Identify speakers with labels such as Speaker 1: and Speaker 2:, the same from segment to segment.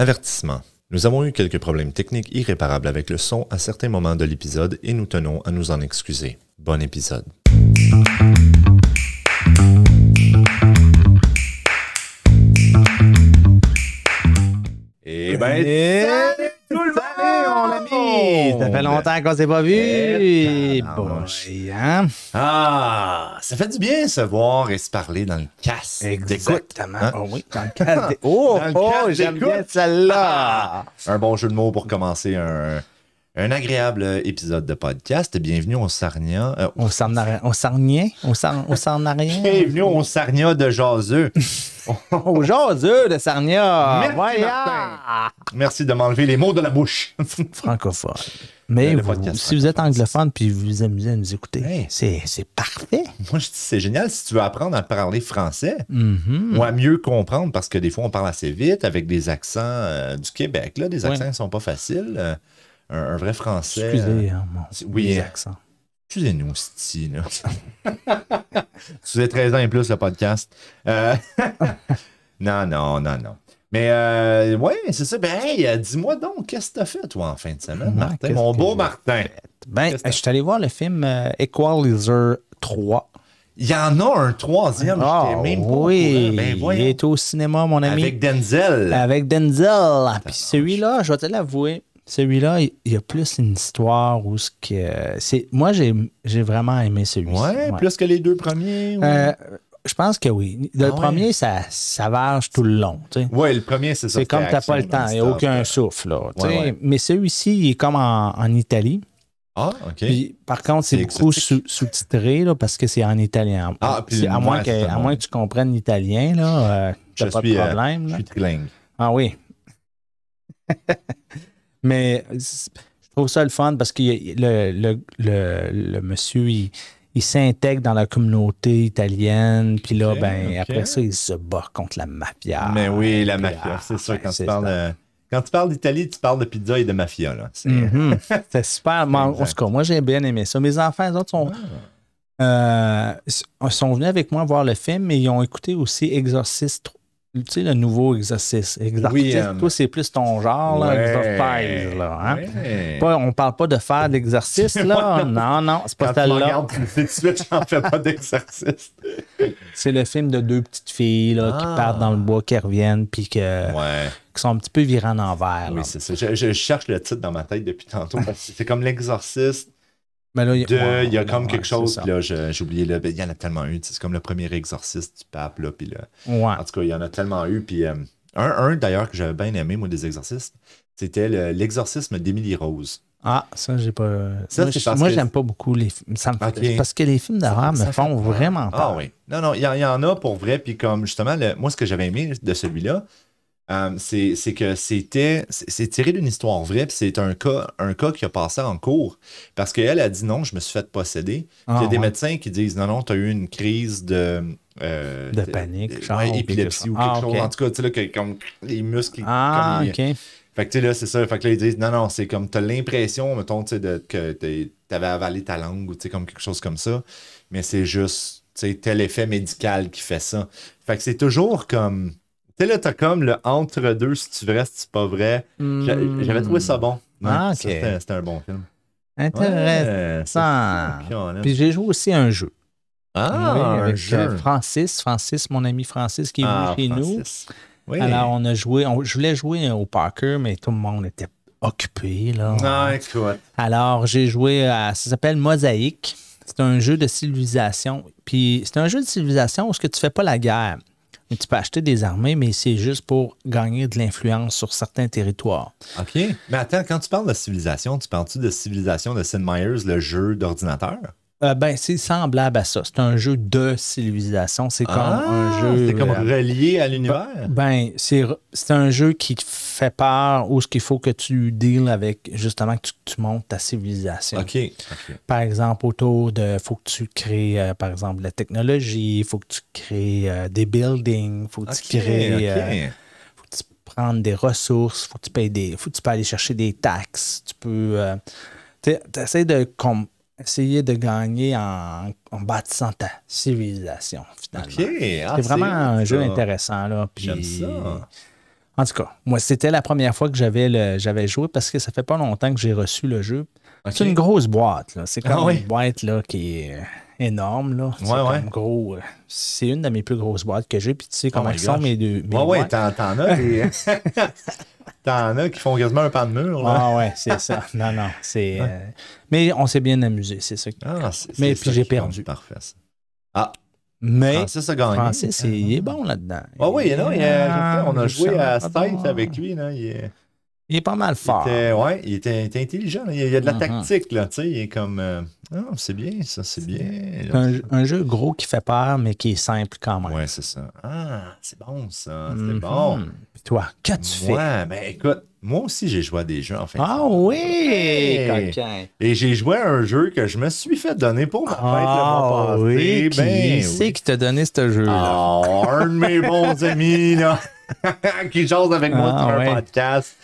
Speaker 1: Avertissement. Nous avons eu quelques problèmes techniques irréparables avec le son à certains moments de l'épisode et nous tenons à nous en excuser. Bon épisode. Et ben,
Speaker 2: Salut tout le monde, mon ami! Ça fait longtemps qu'on s'est pas vu!
Speaker 1: Eh,
Speaker 2: Bon,
Speaker 1: tabarnouche.
Speaker 2: hein?
Speaker 1: ah, ça fait du bien se voir et se parler dans le casque. d'écoute.
Speaker 2: Exactement.
Speaker 1: Hein?
Speaker 2: Oh oui, dans le cadre des- Oh,
Speaker 1: Dans le
Speaker 2: oh,
Speaker 1: cadre
Speaker 2: j'aime
Speaker 1: d'écoute.
Speaker 2: bien celle-là!
Speaker 1: Un bon jeu de mots pour commencer un, un agréable épisode de podcast. Bienvenue au Sarnia. euh,
Speaker 2: On s'en arri- on s'en rien? On s'en on s'en rien?
Speaker 1: Bienvenue au Sarnia de Jaseux.
Speaker 2: Au jaseux de Sarnia!
Speaker 1: Merci,
Speaker 2: Voyons.
Speaker 1: Martin. Merci de m'enlever les mots de la bouche.
Speaker 2: Francophone. Mais
Speaker 1: Le
Speaker 2: vous-
Speaker 1: podcast
Speaker 2: si vous êtes anglophone puis vous vous amusez à nous écouter,
Speaker 1: Hey.
Speaker 2: c'est c'est parfait.
Speaker 1: Moi, je dis, c'est génial si tu veux apprendre à parler français
Speaker 2: Mhm.
Speaker 1: ou à mieux comprendre parce que des fois, on parle assez vite avec des accents euh, du Québec. Là, des
Speaker 2: Ouais.
Speaker 1: accents qui ne sont pas faciles. Euh, un, un vrai français. euh,
Speaker 2: Excusez hein, mon
Speaker 1: c'est- oui,
Speaker 2: mes
Speaker 1: euh,
Speaker 2: accents.
Speaker 1: Excusez-nous, Sti. là. tu es 13 ans et plus le podcast. Euh, non, non, non, non. Mais euh, ouais, c'est ça. Ben, hey, euh, dis-moi donc, qu'est-ce que t'as fait, toi, en fin de semaine,
Speaker 2: Ouais,
Speaker 1: Martin?
Speaker 2: Ah, qu'est-ce
Speaker 1: Mon
Speaker 2: que
Speaker 1: beau
Speaker 2: j'ai
Speaker 1: Martin.
Speaker 2: Ben,
Speaker 1: Qu'est-ce que
Speaker 2: je suis allé voir le film euh, Equalizer 3.
Speaker 1: Il y en a un troisième.
Speaker 2: Ah,
Speaker 1: j'étais même pas au
Speaker 2: oui,
Speaker 1: courant. Ben, voyons.
Speaker 2: il est au cinéma, mon ami. Euh,
Speaker 1: Avec Ah, Denzel.
Speaker 2: Avec Denzel. Puis celui-là, je vais te l'avouer, celui-là, il il y a plus une histoire où ce que c'est. Moi, j'ai j'ai vraiment aimé celui-ci.
Speaker 1: Ouais,
Speaker 2: Ouais.
Speaker 1: plus que les deux premiers. Ouais,
Speaker 2: Euh, je pense que oui. Le
Speaker 1: Ah ouais?
Speaker 2: premier, ça, ça varge tout le long. tu sais.
Speaker 1: Ouais, le premier, c'est ça.
Speaker 2: C'est comme
Speaker 1: c'était
Speaker 2: t'as pas le
Speaker 1: action
Speaker 2: temps, il n'y a
Speaker 1: non-stop.
Speaker 2: aucun souffle. là, tu
Speaker 1: Ouais,
Speaker 2: sais.
Speaker 1: ouais.
Speaker 2: Mais celui-ci, il est comme en, en Italie.
Speaker 1: Ah, OK.
Speaker 2: Puis, par contre, c'est
Speaker 1: C'est
Speaker 2: beaucoup sous-
Speaker 1: exotique.
Speaker 2: sous-titré là, parce que c'est en italien.
Speaker 1: Ah, puis
Speaker 2: C'est- à,
Speaker 1: moi,
Speaker 2: moins que,
Speaker 1: c'est
Speaker 2: à
Speaker 1: mon-
Speaker 2: moins que tu comprennes l'italien, là, euh,
Speaker 1: Je
Speaker 2: t'as pas
Speaker 1: suis,
Speaker 2: de
Speaker 1: euh,
Speaker 2: problème.
Speaker 1: je
Speaker 2: là.
Speaker 1: suis trilingue.
Speaker 2: Ah oui. Mais c'est- je trouve ça le fun parce que le, le, le, le monsieur, il, il s'intègre dans la communauté italienne. Puis là,
Speaker 1: Ok,
Speaker 2: ben,
Speaker 1: ok.
Speaker 2: après ça, il se bat contre la mafia.
Speaker 1: Mais oui, la
Speaker 2: Ah, Puis,
Speaker 1: mafia,
Speaker 2: ah,
Speaker 1: c'est sûr. Quand
Speaker 2: c'est
Speaker 1: tu, parles,
Speaker 2: ça.
Speaker 1: euh, quand tu parles d'Italie, tu parles de pizza et de mafia. Là. C'est-
Speaker 2: Mhm. C'est super. Mais en-
Speaker 1: Mm-hmm.
Speaker 2: en
Speaker 1: Exact.
Speaker 2: tout cas, moi, j'ai bien aimé ça. Mes enfants, eux autres, sont,
Speaker 1: Ah.
Speaker 2: euh, s- sont venus avec moi voir le film, mais ils ont écouté aussi Exorcist. tr- Tu sais, le nouveau Exorcist. Exorcist,
Speaker 1: Oui, euh,
Speaker 2: toi, c'est plus ton genre, là, Exorcise, là, hein.
Speaker 1: Ouais.
Speaker 2: Pas- on parle pas de faire de l'exercice, là. non, non, c'est
Speaker 1: Quand
Speaker 2: pas
Speaker 1: tu me
Speaker 2: celle-là.
Speaker 1: regardes, tu le sais tout de suite, j'en fais pas d'exercice.
Speaker 2: C'est le film de deux petites filles là, qui
Speaker 1: Ah.
Speaker 2: partent dans le bois, qui reviennent, puis que-
Speaker 1: Ouais,
Speaker 2: qui sont un petit peu virant envers.
Speaker 1: oui, c'est ça. Je, je cherche le titre dans ma tête depuis tantôt. parce que C'est comme l'exorciste
Speaker 2: Mais là, il
Speaker 1: de.
Speaker 2: ouais,
Speaker 1: il y a
Speaker 2: ouais,
Speaker 1: comme
Speaker 2: ouais,
Speaker 1: quelque
Speaker 2: c'est
Speaker 1: chose,
Speaker 2: ça.
Speaker 1: puis là, je- j'ai oublié, là, ben, il y en a tellement eu. tu sais, C'est comme le premier exorciste du pape, là, puis là.
Speaker 2: Ouais.
Speaker 1: En tout cas, il y en a tellement eu. Puis euh, un, un d'ailleurs que j'avais bien aimé, moi, des exorcistes, c'était le- l'exorcisme d'Émilie Rose.
Speaker 2: Ah, ça, j'ai pas.
Speaker 1: Ça,
Speaker 2: moi,
Speaker 1: c'est
Speaker 2: je-
Speaker 1: parce
Speaker 2: moi,
Speaker 1: que-
Speaker 2: j'aime pas beaucoup les films. Ça me-
Speaker 1: Ok.
Speaker 2: Parce que les films d'horreur
Speaker 1: Ça
Speaker 2: me
Speaker 1: fait
Speaker 2: font
Speaker 1: peur.
Speaker 2: vraiment
Speaker 1: Ah
Speaker 2: peur.
Speaker 1: oui. Non, non, il y, en- il y en a pour vrai. Puis comme justement, le- moi, ce que j'avais aimé de celui-là, euh, c'est c'est que c'était. C'est c'est tiré d'une histoire vraie, puis c'est un cas, un cas qui a passé en cours. Parce qu'elle a dit non, je me suis fait posséder. Puis il y a
Speaker 2: Ah,
Speaker 1: des
Speaker 2: ouais.
Speaker 1: médecins qui disent non, non, tu as eu une crise de. euh,
Speaker 2: De panique, genre,
Speaker 1: ouais,
Speaker 2: ou
Speaker 1: épilepsie ou
Speaker 2: quelque
Speaker 1: quelque
Speaker 2: chose.
Speaker 1: chose.
Speaker 2: Ah, ok.
Speaker 1: En tout cas, tu sais, là, que, comme les muscles.
Speaker 2: Ah,
Speaker 1: comme ils-
Speaker 2: ok.
Speaker 1: Fait que tu sais, là, c'est ça. Fait que là, ils disent non, non, c'est comme t'as l'impression, mettons, tu sais, de- que t'es- t'avais avalé ta langue ou tu sais, comme quelque chose comme ça. Mais c'est juste, tu sais, tel effet médical qui fait ça. Fait que c'est toujours comme. Tu sais, là, t'as comme le entre-deux, si tu vrai, si tu pas vrai. J'a-
Speaker 2: Hmm.
Speaker 1: J'avais trouvé ça bon. Ouais,
Speaker 2: Ah,
Speaker 1: ça,
Speaker 2: ok.
Speaker 1: C'était c'était un bon film.
Speaker 2: Intéressant.
Speaker 1: Ouais, c'est ça, Colin.
Speaker 2: Puis j'ai joué aussi à un jeu.
Speaker 1: ah,
Speaker 2: Oui,
Speaker 1: un
Speaker 2: avec euh,
Speaker 1: jeu.
Speaker 2: Francis, Francis, mon ami Francis qui est
Speaker 1: Ah,
Speaker 2: venu chez nous.
Speaker 1: Francis. Oui.
Speaker 2: Alors, on a joué, on- je voulais jouer au poker, mais tout le monde était occupé. Là.
Speaker 1: Non, écoute.
Speaker 2: Alors, j'ai joué à. Ça s'appelle Mosaïque. C'est un jeu de civilisation. Puis, c'est un jeu de civilisation où ce que tu fais pas la guerre. Mais tu peux acheter des armées, mais c'est juste pour gagner de l'influence sur certains territoires.
Speaker 1: OK. Mais attends, quand tu parles de civilisation, tu parles-tu de civilisation de Sid Meier's, le jeu d'ordinateur?
Speaker 2: Euh, ben, c'est semblable à ça. C'est un jeu de civilisation. C'est comme un
Speaker 1: Ah,
Speaker 2: jeu.
Speaker 1: C'est comme
Speaker 2: euh,
Speaker 1: relié à l'univers.
Speaker 2: Ben, c'est re- c'est un jeu qui te fait peur ou ce qu'il faut que tu deals avec, justement, que tu, tu montes ta civilisation.
Speaker 1: OK. OK.
Speaker 2: Par exemple, autour de, faut que tu crées, euh, par exemple, la technologie, faut que tu crées euh, des buildings, faut que tu crées, euh,
Speaker 1: OK.
Speaker 2: faut que tu prennes des ressources, faut que tu payes des, faut que tu peux aller chercher des taxes, tu peux, euh, tu essaies de com- essayer de gagner en, en bâtissant ta civilisation finalement.
Speaker 1: OK. Ah,
Speaker 2: C'est vraiment un jeu
Speaker 1: ça.
Speaker 2: intéressant. Là, puis-
Speaker 1: J'aime ça.
Speaker 2: En tout cas, moi, c'était la première fois que j'avais le- j'avais joué parce que ça fait pas longtemps que j'ai reçu le jeu. C'est
Speaker 1: Ok.
Speaker 2: une grosse boîte. là. C'est comme
Speaker 1: Ah oui.
Speaker 2: une boîte là, qui est euh, énorme. Là. C'est
Speaker 1: Ouais, ouais. Oh
Speaker 2: comme gros. euh, C'est une de mes plus grosses boîtes que j'ai. Puis tu sais comment
Speaker 1: my
Speaker 2: ils sont
Speaker 1: gosh.
Speaker 2: mes deux. mes
Speaker 1: Ouais, ouais,
Speaker 2: boîtes.
Speaker 1: t'en, t'en as des. hein. t'en as qui font quasiment un pan de mur. là.
Speaker 2: Ah ouais, c'est ça. Non, non. c'est euh, Mais on s'est bien amusé, c'est ça. qui-
Speaker 1: Ah, c'est-
Speaker 2: Mais
Speaker 1: c'est
Speaker 2: puis
Speaker 1: ça
Speaker 2: j'ai
Speaker 1: qui compte.
Speaker 2: perdu.
Speaker 1: Parfait. ça.
Speaker 2: Mais
Speaker 1: Francis a gagné.
Speaker 2: Francis, il, il est bon là-dedans.
Speaker 1: Ah oui, non, il a- on a joué à
Speaker 2: Scythe
Speaker 1: Scythe avec lui. Là. Il, est-
Speaker 2: Il est pas mal
Speaker 1: il
Speaker 2: fort.
Speaker 1: était, ouais, il était, il était intelligent. là. Il y a de la
Speaker 2: Mhm.
Speaker 1: tactique. Là, tu sais, il est comme. euh, Ah, c'est bien, ça, c'est bien.
Speaker 2: C'est un, un jeu gros qui fait peur, mais qui est simple quand même.
Speaker 1: Ouais, c'est ça. Ah, c'est bon, ça. C'est
Speaker 2: Mhm.
Speaker 1: bon.
Speaker 2: Puis toi, qu'as-tu fait?
Speaker 1: Ouais, ben écoute, moi aussi, j'ai joué à des jeux en fait.
Speaker 2: Ah oui!
Speaker 1: Hey!
Speaker 2: coquin.
Speaker 1: Et j'ai joué à un jeu que je me suis fait donner pour ma fête
Speaker 2: Ah
Speaker 1: le mois passé.
Speaker 2: oui, qui
Speaker 1: Ben
Speaker 2: c'est
Speaker 1: oui.
Speaker 2: qui t'a donné ce jeu-là?
Speaker 1: Ah, un de mes bons amis, là, qui jase avec moi
Speaker 2: Ah,
Speaker 1: sur un
Speaker 2: ouais.
Speaker 1: podcast.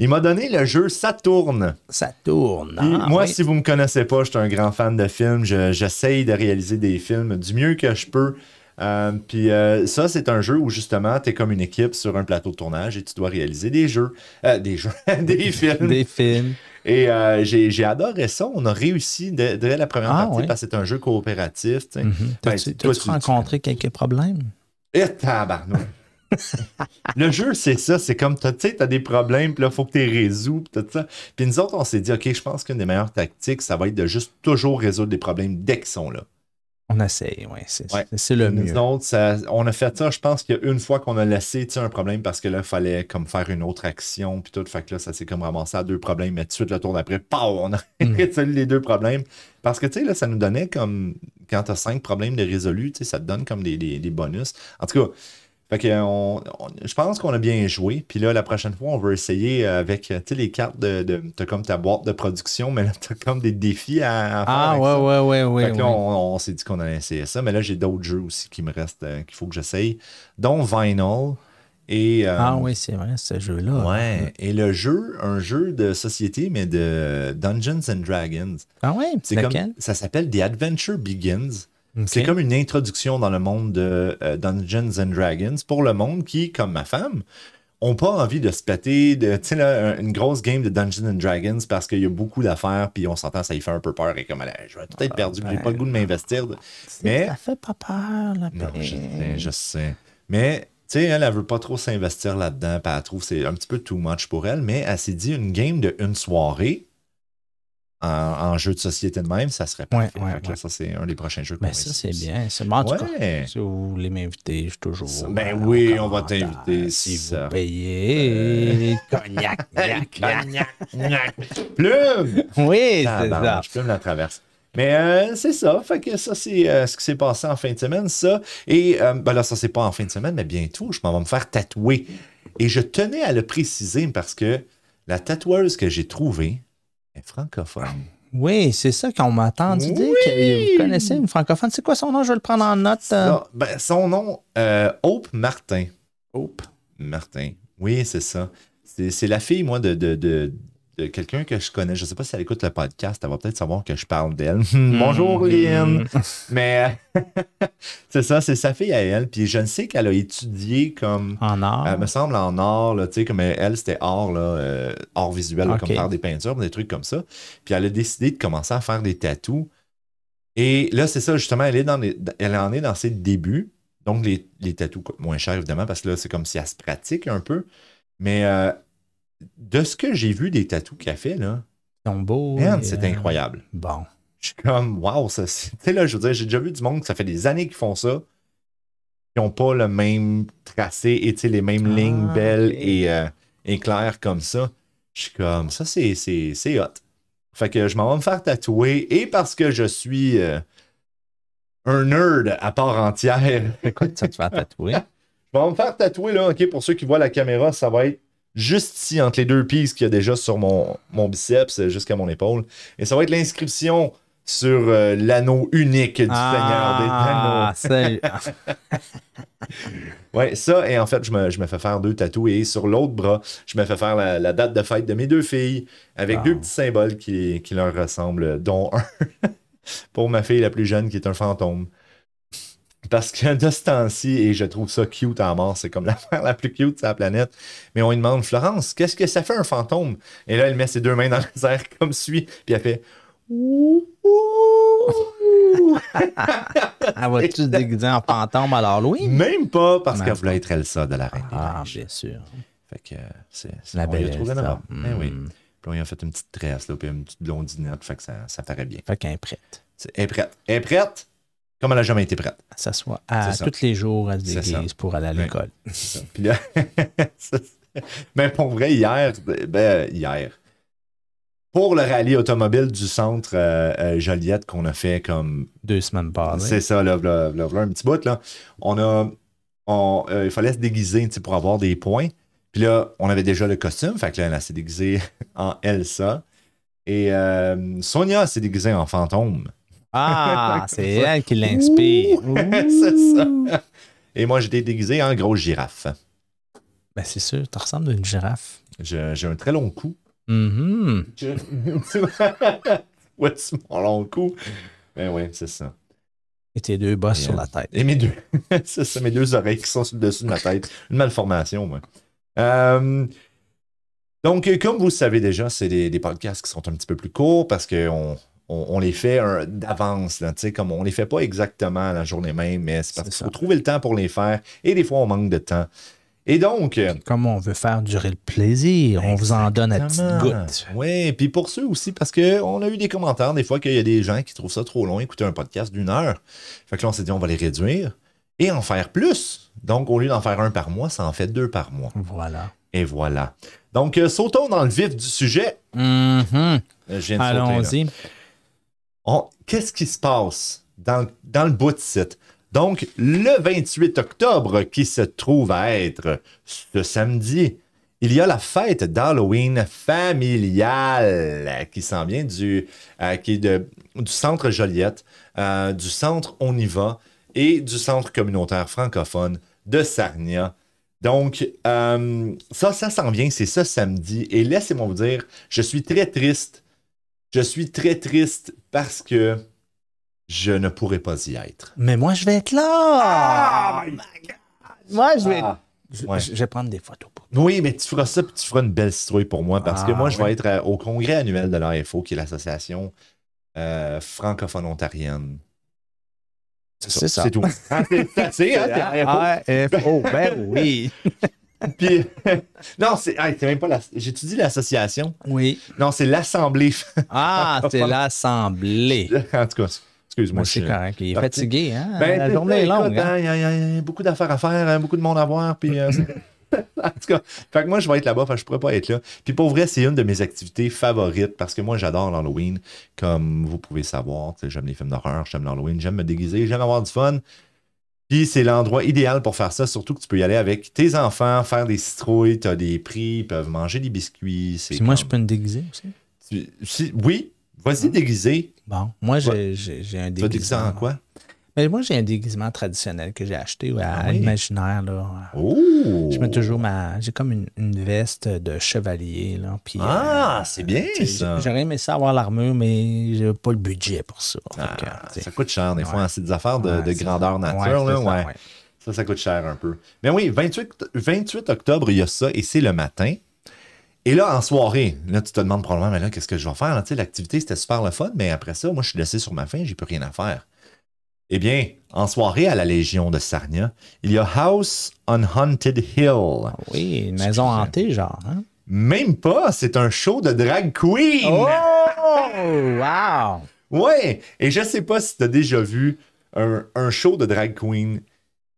Speaker 1: Il m'a donné le jeu Saturne.
Speaker 2: Ça tourne.
Speaker 1: Puis
Speaker 2: ah
Speaker 1: moi,
Speaker 2: oui.
Speaker 1: si vous me connaissez pas, je suis un grand fan de films. Je- J'essaye de réaliser des films du mieux que je peux. Euh, puis euh, ça, c'est un jeu où justement, tu es comme une équipe sur un plateau de tournage et tu dois réaliser des jeux, euh, des jeux, des films.
Speaker 2: Des films.
Speaker 1: Et euh, j'ai j'ai adoré ça. On a réussi dès, dès la première
Speaker 2: Ah,
Speaker 1: partie
Speaker 2: ouais.
Speaker 1: parce que c'est un jeu coopératif. tu sais.
Speaker 2: Mhm.
Speaker 1: Ben,
Speaker 2: T'as-tu
Speaker 1: toi,
Speaker 2: t'as-tu
Speaker 1: tu-
Speaker 2: rencontré quelques problèmes?
Speaker 1: Eh, tabarnouche. Le jeu, c'est ça. C'est comme, t'as- tu sais, t'as des problèmes, puis là, faut que t'es résous, puis tout ça. Puis nous autres, on s'est dit, OK, je pense qu'une des meilleures tactiques, ça va être de juste toujours résoudre des problèmes dès qu'ils sont là.
Speaker 2: On essaye, oui. C'est
Speaker 1: Ouais.
Speaker 2: c'est- c'est le
Speaker 1: Nous
Speaker 2: mieux.
Speaker 1: autres, ça- on a fait ça, je pense qu'il y a une fois qu'on a laissé tu sais, un problème parce que là, il fallait comme faire une autre action, puis tout. Fait que là, ça s'est comme ramassé à deux problèmes, mais tout de suite, le tour d'après, pow, on a
Speaker 2: Mm.
Speaker 1: résolu les deux problèmes. Parce que, tu sais, là, ça nous donnait comme, quand t'as cinq problèmes de résolus, tu sais, ça te donne comme des, des- des bonus. En tout cas, fait que on- on- je pense qu'on a bien joué. Puis là, la prochaine fois, on veut essayer avec, tu sais, les cartes de, de t'as comme ta boîte de production, mais là, t'as comme des défis à, à faire.
Speaker 2: Ah
Speaker 1: avec
Speaker 2: ouais,
Speaker 1: ça.
Speaker 2: ouais, ouais, ouais.
Speaker 1: Fait que là,
Speaker 2: ouais.
Speaker 1: on, on s'est dit qu'on allait essayer ça, mais là, j'ai d'autres jeux aussi qui me restent, euh, qu'il faut que j'essaye, dont Vinyl et, euh,
Speaker 2: Ah oui, c'est vrai, ce jeu-là.
Speaker 1: ouais, et le jeu, un jeu de société, mais de Dungeons and Dragons.
Speaker 2: Ah oui,
Speaker 1: C'est
Speaker 2: lequel?
Speaker 1: comme, ça s'appelle The Adventure Begins.
Speaker 2: Ok.
Speaker 1: C'est comme une introduction dans le monde de euh, Dungeons and Dragons pour le monde qui, comme ma femme, ont pas envie de se péter de, tu sais, là, un- une grosse game de Dungeons and Dragons parce qu'il y a beaucoup d'affaires, puis on s'entend, ça y fait un peu peur et comme, allez, je vais peut-être perdu, puis j'ai pas le goût de m'investir. Mais
Speaker 2: Ça fait pas peur, là.
Speaker 1: non, je sais, je sais. Mais, tu sais, elle, elle veut pas trop s'investir là-dedans. Puis elle trouve que c'est un petit peu too much pour elle. Mais elle s'est dit une game de une soirée en, en jeu de société de même, ça serait
Speaker 2: Ouais,
Speaker 1: parfait.
Speaker 2: ouais,
Speaker 1: Fait que là,
Speaker 2: ouais.
Speaker 1: Ça, c'est un des prochains jeux qu'on
Speaker 2: Mais
Speaker 1: va
Speaker 2: ben ça, c'est
Speaker 1: essayer.
Speaker 2: bien. C'est bon, en tout cas,
Speaker 1: Ouais.
Speaker 2: Si vous voulez m'inviter, je suis toujours.
Speaker 1: Ça-
Speaker 2: ouvert
Speaker 1: ben
Speaker 2: aux
Speaker 1: oui, on va
Speaker 2: commentaires.
Speaker 1: t'inviter,
Speaker 2: Si
Speaker 1: ça. Euh,
Speaker 2: vous payez. Cognac,
Speaker 1: Hey,
Speaker 2: gnac, gnac.
Speaker 1: Plume!
Speaker 2: Oui,
Speaker 1: Ah,
Speaker 2: c'est ça.
Speaker 1: Tabarnouche, plume ben, la traverse. Mais euh, c'est ça. Fait que ça, c'est euh, ce qui s'est passé en fin de semaine, ça. Et euh, ben là, ça, c'est pas en fin de semaine, mais bientôt, je m'en vais me faire tatouer. Et je tenais à le préciser parce que la tatoueuse que j'ai trouvée est francophone.
Speaker 2: Oui, c'est ça qu'on m'a entendu dire que vous connaissez une francophone. C'est quoi son nom? Je vais le prendre en note. euh.
Speaker 1: Ah, ben, son nom, euh, Hope Martin.
Speaker 2: Oups.
Speaker 1: Martin. Oui, c'est ça. C'est c'est la fille, moi, de, de- de- de quelqu'un que je connais. Je ne sais pas si elle écoute le podcast. Elle va peut-être savoir que je parle d'elle.
Speaker 2: Hmm.
Speaker 1: Bonjour, Lynn. Mais euh, c'est ça, c'est sa fille à elle. Puis je ne sais qu'elle a étudié comme.
Speaker 2: En or.
Speaker 1: Elle me semble en art, là, tu sais, comme elle, c'était art, là, euh, art visuel, là,
Speaker 2: Ok.
Speaker 1: comme faire des peintures, des trucs comme ça. Puis elle a décidé de commencer à faire des tatous. Et là, c'est ça, justement, elle, est dans les- elle en est dans ses débuts. Donc, les, les tatous coûtent moins cher, évidemment, parce que là, c'est comme si elle se pratique un peu. Mais euh, de ce que j'ai vu des tatous qu'elle fait, là,
Speaker 2: Ils sont beaux.
Speaker 1: man,
Speaker 2: et,
Speaker 1: c'est
Speaker 2: euh,
Speaker 1: incroyable.
Speaker 2: Bon.
Speaker 1: Je suis comme, waouh, ça, c'est- tu sais, là, je veux dire, j'ai déjà vu du monde que ça fait des années qu'ils font ça, qui n'ont pas le même tracé et, tu sais, les mêmes
Speaker 2: Ah,
Speaker 1: lignes belles
Speaker 2: ok.
Speaker 1: et, euh, et claires comme ça. Je suis comme, ça, c'est, c'est, c'est hot. Fait que je m'en vais me faire tatouer et parce que je suis euh, un nerd à part entière,
Speaker 2: Écoute, ça te fait tatouer.
Speaker 1: je vais me faire tatouer, là, OK, pour ceux qui voient la caméra, ça va être juste ici, entre les deux pistes qu'il y a déjà sur mon, mon biceps euh, jusqu'à mon épaule. Et ça va être l'inscription sur euh, l'anneau unique du
Speaker 2: Ah,
Speaker 1: Seigneur
Speaker 2: c'est-
Speaker 1: des Anneaux. Ouais, ça, et en fait, je me, je me fais faire deux tatous et sur l'autre bras, je me fais faire la, la date de fête de mes deux filles avec
Speaker 2: Ah.
Speaker 1: deux petits symboles qui, qui leur ressemblent, dont un pour ma fille la plus jeune qui est un fantôme. Parce que de ce temps-ci, et je trouve ça cute en mort, c'est comme l'affaire la plus cute de la planète. Mais on lui demande, Florence, qu'est-ce que ça fait un fantôme? Et là, elle met ses deux mains dans les airs comme suit, puis elle fait Ouh, ouh.
Speaker 2: Elle va-tu se Ah, déguiser en fantôme à l'Halloween?
Speaker 1: Même pas parce
Speaker 2: Mais-
Speaker 1: qu'elle voulait être Elsa de la Reine des
Speaker 2: Ah,
Speaker 1: Neiges.
Speaker 2: bien sûr.
Speaker 1: Fait que euh, c'est c'est-
Speaker 2: La
Speaker 1: on lui a
Speaker 2: belle
Speaker 1: trouvé un
Speaker 2: Elsa.
Speaker 1: homme. Ben oui.
Speaker 2: Mm.
Speaker 1: Puis on lui a fait une petite tresse, là, puis une petite blondinette, fait que ça, ça paraît bien.
Speaker 2: Fait qu'elle est prête.
Speaker 1: C'est- Elle est prête. Elle est prête comme elle n'a jamais été prête.
Speaker 2: Elle s'assoit à
Speaker 1: C'est ça.
Speaker 2: tous les jours, elle se
Speaker 1: C'est ça.
Speaker 2: déguise pour aller à
Speaker 1: Oui.
Speaker 2: l'école.
Speaker 1: C'est ça. Puis là, ça, c'est- mais pour vrai, hier, ben, hier, pour le rallye automobile du centre euh, euh, Joliette qu'on a fait comme
Speaker 2: Deux semaines
Speaker 1: C'est
Speaker 2: passées.
Speaker 1: ça, là, v'là- v'là- v'là un petit bout, là. On a. on- euh, il fallait se déguiser tu sais, pour avoir des points. Puis là, on avait déjà le costume. Fait que là, elle s'est déguisée en Elsa. Et euh, Sonia s'est déguisée en fantôme.
Speaker 2: Ah, c'est elle qui l'inspire.
Speaker 1: C'est ça. Et moi, j'étais déguisé en grosse girafe.
Speaker 2: Ben, c'est sûr, tu ressembles à une girafe.
Speaker 1: Je- J'ai un très long cou.
Speaker 2: Mhm.
Speaker 1: Je- ouais, c'est mon long cou. Ben oui, c'est ça.
Speaker 2: Et tes deux bosses sur
Speaker 1: Yeah.
Speaker 2: la tête.
Speaker 1: Et mes deux. c'est ça, mes deux oreilles qui sont sur le dessus de ma tête. Une malformation, moi. Euh, donc, euh, comme vous le savez déjà, c'est des, des podcasts qui sont un petit peu plus courts parce qu'on on, on les fait euh, d'avance. là, tu sais, Comme on les fait pas exactement la journée même, mais c'est parce
Speaker 2: C'est
Speaker 1: qu'il
Speaker 2: ça.
Speaker 1: faut trouver le temps pour les faire. Et des fois, on manque de temps. Et donc, euh,
Speaker 2: Comme on veut faire durer le plaisir, on vous en donne à petites gouttes.
Speaker 1: oui, puis pour ceux aussi, parce qu'on a eu des commentaires des fois qu'il y a des gens qui trouvent ça trop long, écouter un podcast d'une heure. Fait que là, on s'est dit, on va les réduire et en faire plus. Donc, au lieu d'en faire un par mois, ça en fait deux par mois.
Speaker 2: Voilà.
Speaker 1: Et voilà. Donc, euh, sautons dans le vif du sujet.
Speaker 2: Mhm.
Speaker 1: Euh, Je viens de sauter, là.
Speaker 2: Allons-y.
Speaker 1: On- Qu'est-ce qui se passe dans, dans le bout de site? Donc, le 28 octobre, qui se trouve à être ce samedi, il y a la fête d'Halloween familiale euh, qui s'en vient du, euh, qui est de- du centre Joliette, euh, du centre On y va et du centre communautaire francophone de Sarnia. Donc, euh, ça, ça s'en vient, c'est ce samedi. Et laissez-moi vous dire, je suis très triste je suis très triste parce que je ne pourrai pas y être.
Speaker 2: Mais moi, je vais être là! Ah! Moi, je vais. Je,
Speaker 1: ouais.
Speaker 2: je vais prendre des photos pour
Speaker 1: Oui, mais tu feras ça puis tu feras une belle citrouille pour moi parce que
Speaker 2: Ah,
Speaker 1: moi, je
Speaker 2: ouais.
Speaker 1: vais être à- au congrès annuel de l'AFO, qui est l'association euh, francophone ontarienne.
Speaker 2: C'est ça.
Speaker 1: C'est tout. Ah, c'est- c'est assez, hein, t'es AFO.
Speaker 2: AFO, ben oui.
Speaker 1: Puis- non, c'est hey, c'est même pas la. J'étudie l'association.
Speaker 2: Oui.
Speaker 1: Non, c'est l'assemblée.
Speaker 2: Ah, c'est l'assemblée.
Speaker 1: en tout cas, excuse-moi.
Speaker 2: Moi, c'est
Speaker 1: je-
Speaker 2: correct. Il est
Speaker 1: parti.
Speaker 2: fatigué, hein?
Speaker 1: Ben,
Speaker 2: La
Speaker 1: c'est
Speaker 2: journée
Speaker 1: ça,
Speaker 2: est longue.
Speaker 1: écoute,
Speaker 2: hein?
Speaker 1: hein, Il y, a- il y a- il y a beaucoup d'affaires à faire, hein, beaucoup de monde à voir. Puis, euh, en tout cas, fait que moi, je vais être là-bas, fait que je pourrais pas être là. Puis pour vrai, c'est une de mes activités favorites parce que moi, j'adore l'Halloween. Comme vous pouvez savoir, tu sais, j'aime les films d'horreur, j'aime l'Halloween, j'aime me déguiser, j'aime avoir du fun. Puis c'est l'endroit idéal pour faire ça, surtout que tu peux y aller avec tes enfants, faire des citrouilles, t'as des prix, ils peuvent manger des biscuits. c'est
Speaker 2: Puis moi,
Speaker 1: comme-
Speaker 2: je peux me déguiser aussi.
Speaker 1: tu- si- Oui, vas-y déguiser.
Speaker 2: Bon, moi, j'ai- j'ai j'ai un
Speaker 1: Tu vas déguiser
Speaker 2: déguisement.
Speaker 1: en quoi?
Speaker 2: Mais moi, j'ai un déguisement traditionnel que j'ai acheté ouais, à
Speaker 1: Ah oui?
Speaker 2: Imaginaire. Là.
Speaker 1: Oh!
Speaker 2: Je mets toujours ma. J'ai comme une, une veste de chevalier. Là, puis,
Speaker 1: Ah,
Speaker 2: euh,
Speaker 1: c'est bien
Speaker 2: tu sais,
Speaker 1: ça!
Speaker 2: J'aurais aimé ça avoir l'armure, mais j'avais pas le budget pour ça. Fait
Speaker 1: Ah,
Speaker 2: que, tu sais,
Speaker 1: ça coûte cher, des fois,
Speaker 2: Ouais.
Speaker 1: hein, c'est des affaires de,
Speaker 2: ouais,
Speaker 1: de
Speaker 2: c'est
Speaker 1: grandeur
Speaker 2: ça.
Speaker 1: nature.
Speaker 2: Ouais,
Speaker 1: là,
Speaker 2: c'est ça,
Speaker 1: ouais.
Speaker 2: ouais.
Speaker 1: Ça, ça coûte cher un peu. Mais oui, 28, 28 octobre, il y a ça, et c'est le matin. Et là, en soirée, là, tu te demandes probablement, mais là, qu'est-ce que je vais faire? Tu sais, l'activité, c'était super le fun, mais après ça, moi, je suis laissé sur ma faim, j'ai plus rien à faire. Eh bien, en soirée à la Légion de Sarnia, il y a House on Haunted Hill.
Speaker 2: Oui, une maison
Speaker 1: Excusez.
Speaker 2: hantée, genre. hein?
Speaker 1: Même pas, c'est un show de drag queen!
Speaker 2: Oh, wow!
Speaker 1: Ouais, et je sais pas si t'as déjà vu un, un show de drag queen.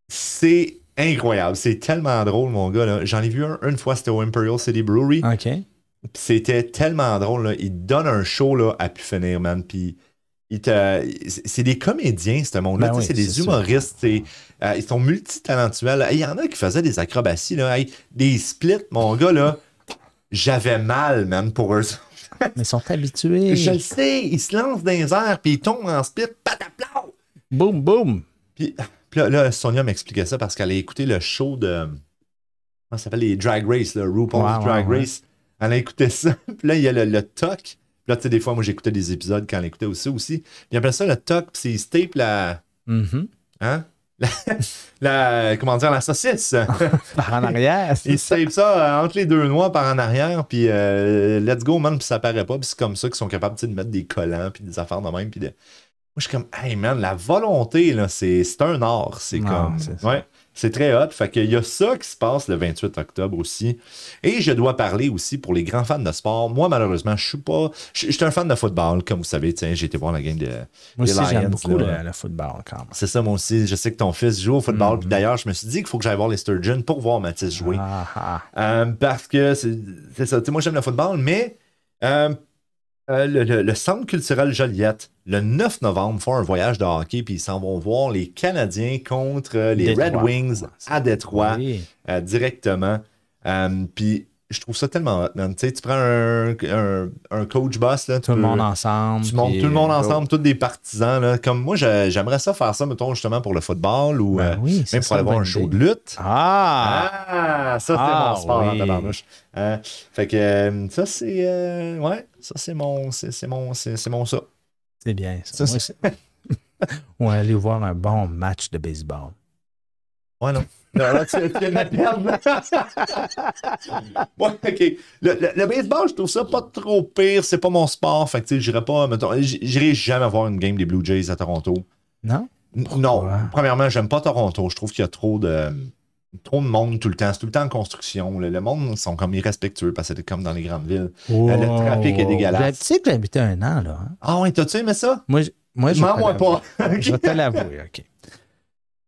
Speaker 1: C'est incroyable, c'est tellement drôle, mon gars. là. J'en ai vu un une fois, c'était au Imperial City Brewery.
Speaker 2: OK.
Speaker 1: Puis C'était tellement drôle. Là. Il te donne un show là, à pu finir, man. Puis il te- c'est c'est des comédiens, ce monde-là. Tu
Speaker 2: Ben
Speaker 1: sais,
Speaker 2: oui,
Speaker 1: c'est des
Speaker 2: c'est
Speaker 1: humoristes. c'est- euh, ils sont multitalentuels. là. Et Il y en a qui faisaient des acrobaties. Là. Hey, des splits, mon gars. là. J'avais mal, man, pour eux.
Speaker 2: Mais ils sont habitués.
Speaker 1: Je le sais, ils se lancent dans les airs, puis ils tombent en split, pataplau!
Speaker 2: Boum, boum!
Speaker 1: Puis, puis là, là, Sonia m'expliquait ça parce qu'elle a écouté le show de. Comment ça s'appelle les Drag Race, le RuPaul's
Speaker 2: Ouais, ouais,
Speaker 1: Drag
Speaker 2: ouais.
Speaker 1: Race. Elle a écouté ça. Puis là, il y a le, le toc. Puis là, tu sais, des fois, moi, j'écoutais des épisodes quand elle écoutait aussi. aussi. Puis après ça, le toc, puis c'est tape la.
Speaker 2: Mhm.
Speaker 1: Hein? la, la- comment dire, la saucisse.
Speaker 2: Par en arrière, c'est
Speaker 1: Il
Speaker 2: ça.
Speaker 1: tape ça euh, entre les deux noix par en arrière, puis euh, let's go, man, puis ça paraît pas. Puis c'est comme ça qu'ils sont capables tu sais, de mettre des collants, puis des affaires de même. Puis de- Moi, je suis comme, hey, man, la volonté, là, c'est c'est un art. C'est
Speaker 2: Non,
Speaker 1: comme.
Speaker 2: c'est ça.
Speaker 1: Ouais, c'est très hot. Fait qu'il y a ça qui se passe le 28 octobre aussi. Et je dois parler aussi pour les grands fans de sport. Moi, malheureusement, je suis pas. Je je suis un fan de football, comme vous savez. Tiens, j'ai été voir la game de.
Speaker 2: Moi
Speaker 1: des
Speaker 2: aussi, j'aime
Speaker 1: Lions,
Speaker 2: beaucoup
Speaker 1: là.
Speaker 2: le, le football quand même.
Speaker 1: C'est ça, moi aussi. Je sais que ton fils joue au
Speaker 2: Mm-hmm.
Speaker 1: football. Puis D'ailleurs, je me suis dit qu'il faut que j'aille voir les Sturgeon pour voir Mathis jouer.
Speaker 2: Ah, ah.
Speaker 1: Euh, parce que c'est c'est ça. Tu sais, moi, j'aime le football, mais euh, euh, le, le- le Centre culturel Joliette, le 9 novembre, font un voyage de hockey, puis ils s'en vont voir les Canadiens contre euh, les
Speaker 2: Détroit.
Speaker 1: Red Wings à Détroit
Speaker 2: Oui.
Speaker 1: euh, directement. Euh, puis je trouve ça tellement hot, man. Tu sais, tu prends un, un- un coach boss, là,
Speaker 2: Tout le monde ensemble.
Speaker 1: tu montes
Speaker 2: puis-
Speaker 1: tout le monde ensemble, tous des partisans. Là. Comme moi, je- j'aimerais ça faire ça, mettons, justement pour le football ou
Speaker 2: Ben
Speaker 1: euh,
Speaker 2: oui, c'est
Speaker 1: même
Speaker 2: ça,
Speaker 1: pour aller voir
Speaker 2: bonne
Speaker 1: un show
Speaker 2: idée.
Speaker 1: de lutte.
Speaker 2: Ah!
Speaker 1: Ah, ça, c'est
Speaker 2: Ah,
Speaker 1: mon sport
Speaker 2: oui.
Speaker 1: en tabarnouche. Hein, fait que euh, ça, c'est. euh, ouais, ça, c'est mon. C'est c'est mon. C'est c'est mon ça.
Speaker 2: C'est bien. Ça.
Speaker 1: Ça,
Speaker 2: Moi, c'est- Ou aller voir un bon match de baseball.
Speaker 1: Ouais, non. Non, là, tu, tu viens de la perdre. ouais, OK. Le, le- le baseball, je trouve ça pas trop pire. C'est pas mon sport. Fait que, tu sais, j'irai pas. mettons, j- J'irai jamais voir une game des Blue Jays à Toronto.
Speaker 2: Non?
Speaker 1: N- Non, premièrement, j'aime pas Toronto. Je trouve qu'il y a trop de trop de monde tout le temps. C'est tout le temps en construction. là. Le, monde sont comme irrespectueux parce que c'est comme dans les grandes villes. le
Speaker 2: Wow.
Speaker 1: trafic est dégueulasse.
Speaker 2: Tu sais que j'ai habité un an, là. hein?
Speaker 1: Ah ouais, t'as-tu aimé ça?
Speaker 2: Moi, je- moi je. vais te
Speaker 1: Mens-moi
Speaker 2: l'avouer.
Speaker 1: pas.
Speaker 2: Je vais te l'avouer, OK.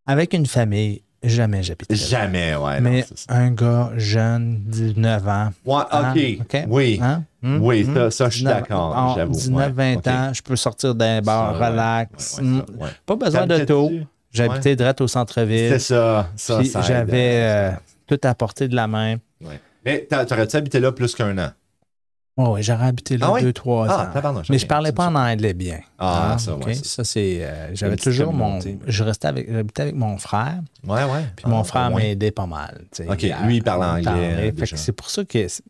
Speaker 2: Avec une famille, jamais j'habitais. là.
Speaker 1: Jamais, ouais. non,
Speaker 2: Mais
Speaker 1: c'est ça.
Speaker 2: un gars jeune, 19 ans.
Speaker 1: Ouais,
Speaker 2: Ah,
Speaker 1: ok.
Speaker 2: ok.
Speaker 1: Oui.
Speaker 2: Hein? Hmm?
Speaker 1: Oui,
Speaker 2: Hmm?
Speaker 1: ça, ça, je suis
Speaker 2: 19
Speaker 1: d'accord,
Speaker 2: ah,
Speaker 1: j'avoue.
Speaker 2: 19, 20
Speaker 1: ouais, ok.
Speaker 2: ans, je peux sortir d'un bar,
Speaker 1: Ça, ouais.
Speaker 2: relax.
Speaker 1: Ouais, ouais,
Speaker 2: Hmm.
Speaker 1: ça, ouais.
Speaker 2: Pas besoin d'auto.
Speaker 1: T'habitais-tu?
Speaker 2: J'habitais direct au
Speaker 1: C'est
Speaker 2: centre-ville.
Speaker 1: ça, ça,
Speaker 2: Puis
Speaker 1: ça aide. hein.
Speaker 2: J'avais euh, tout à portée de la main.
Speaker 1: Ouais. Mais t'a- t'aurais-tu habité là plus qu'un an?
Speaker 2: Oh, oui, j'aurais habité là
Speaker 1: Ah oui?
Speaker 2: deux, trois
Speaker 1: Ah,
Speaker 2: ans.
Speaker 1: tabarnouche,
Speaker 2: Mais
Speaker 1: ok,
Speaker 2: je parlais
Speaker 1: c'est
Speaker 2: pas
Speaker 1: ça.
Speaker 2: en anglais bien.
Speaker 1: Ah,
Speaker 2: Hein,
Speaker 1: ça, ouais,
Speaker 2: ok?
Speaker 1: ça,
Speaker 2: Ça, c'est. euh,
Speaker 1: une
Speaker 2: J'avais
Speaker 1: petite
Speaker 2: toujours mon.
Speaker 1: communauté.
Speaker 2: Je restais avec. J'habitais avec mon frère.
Speaker 1: Ouais, ouais.
Speaker 2: Puis mon
Speaker 1: Ah,
Speaker 2: frère
Speaker 1: au moins.
Speaker 2: m'aidait pas mal. tu sais,
Speaker 1: Ok,
Speaker 2: à-
Speaker 1: lui, il parle
Speaker 2: à
Speaker 1: anglais,
Speaker 2: parler.
Speaker 1: euh,
Speaker 2: Fait
Speaker 1: déjà.
Speaker 2: que c'est pour ça que, c'est-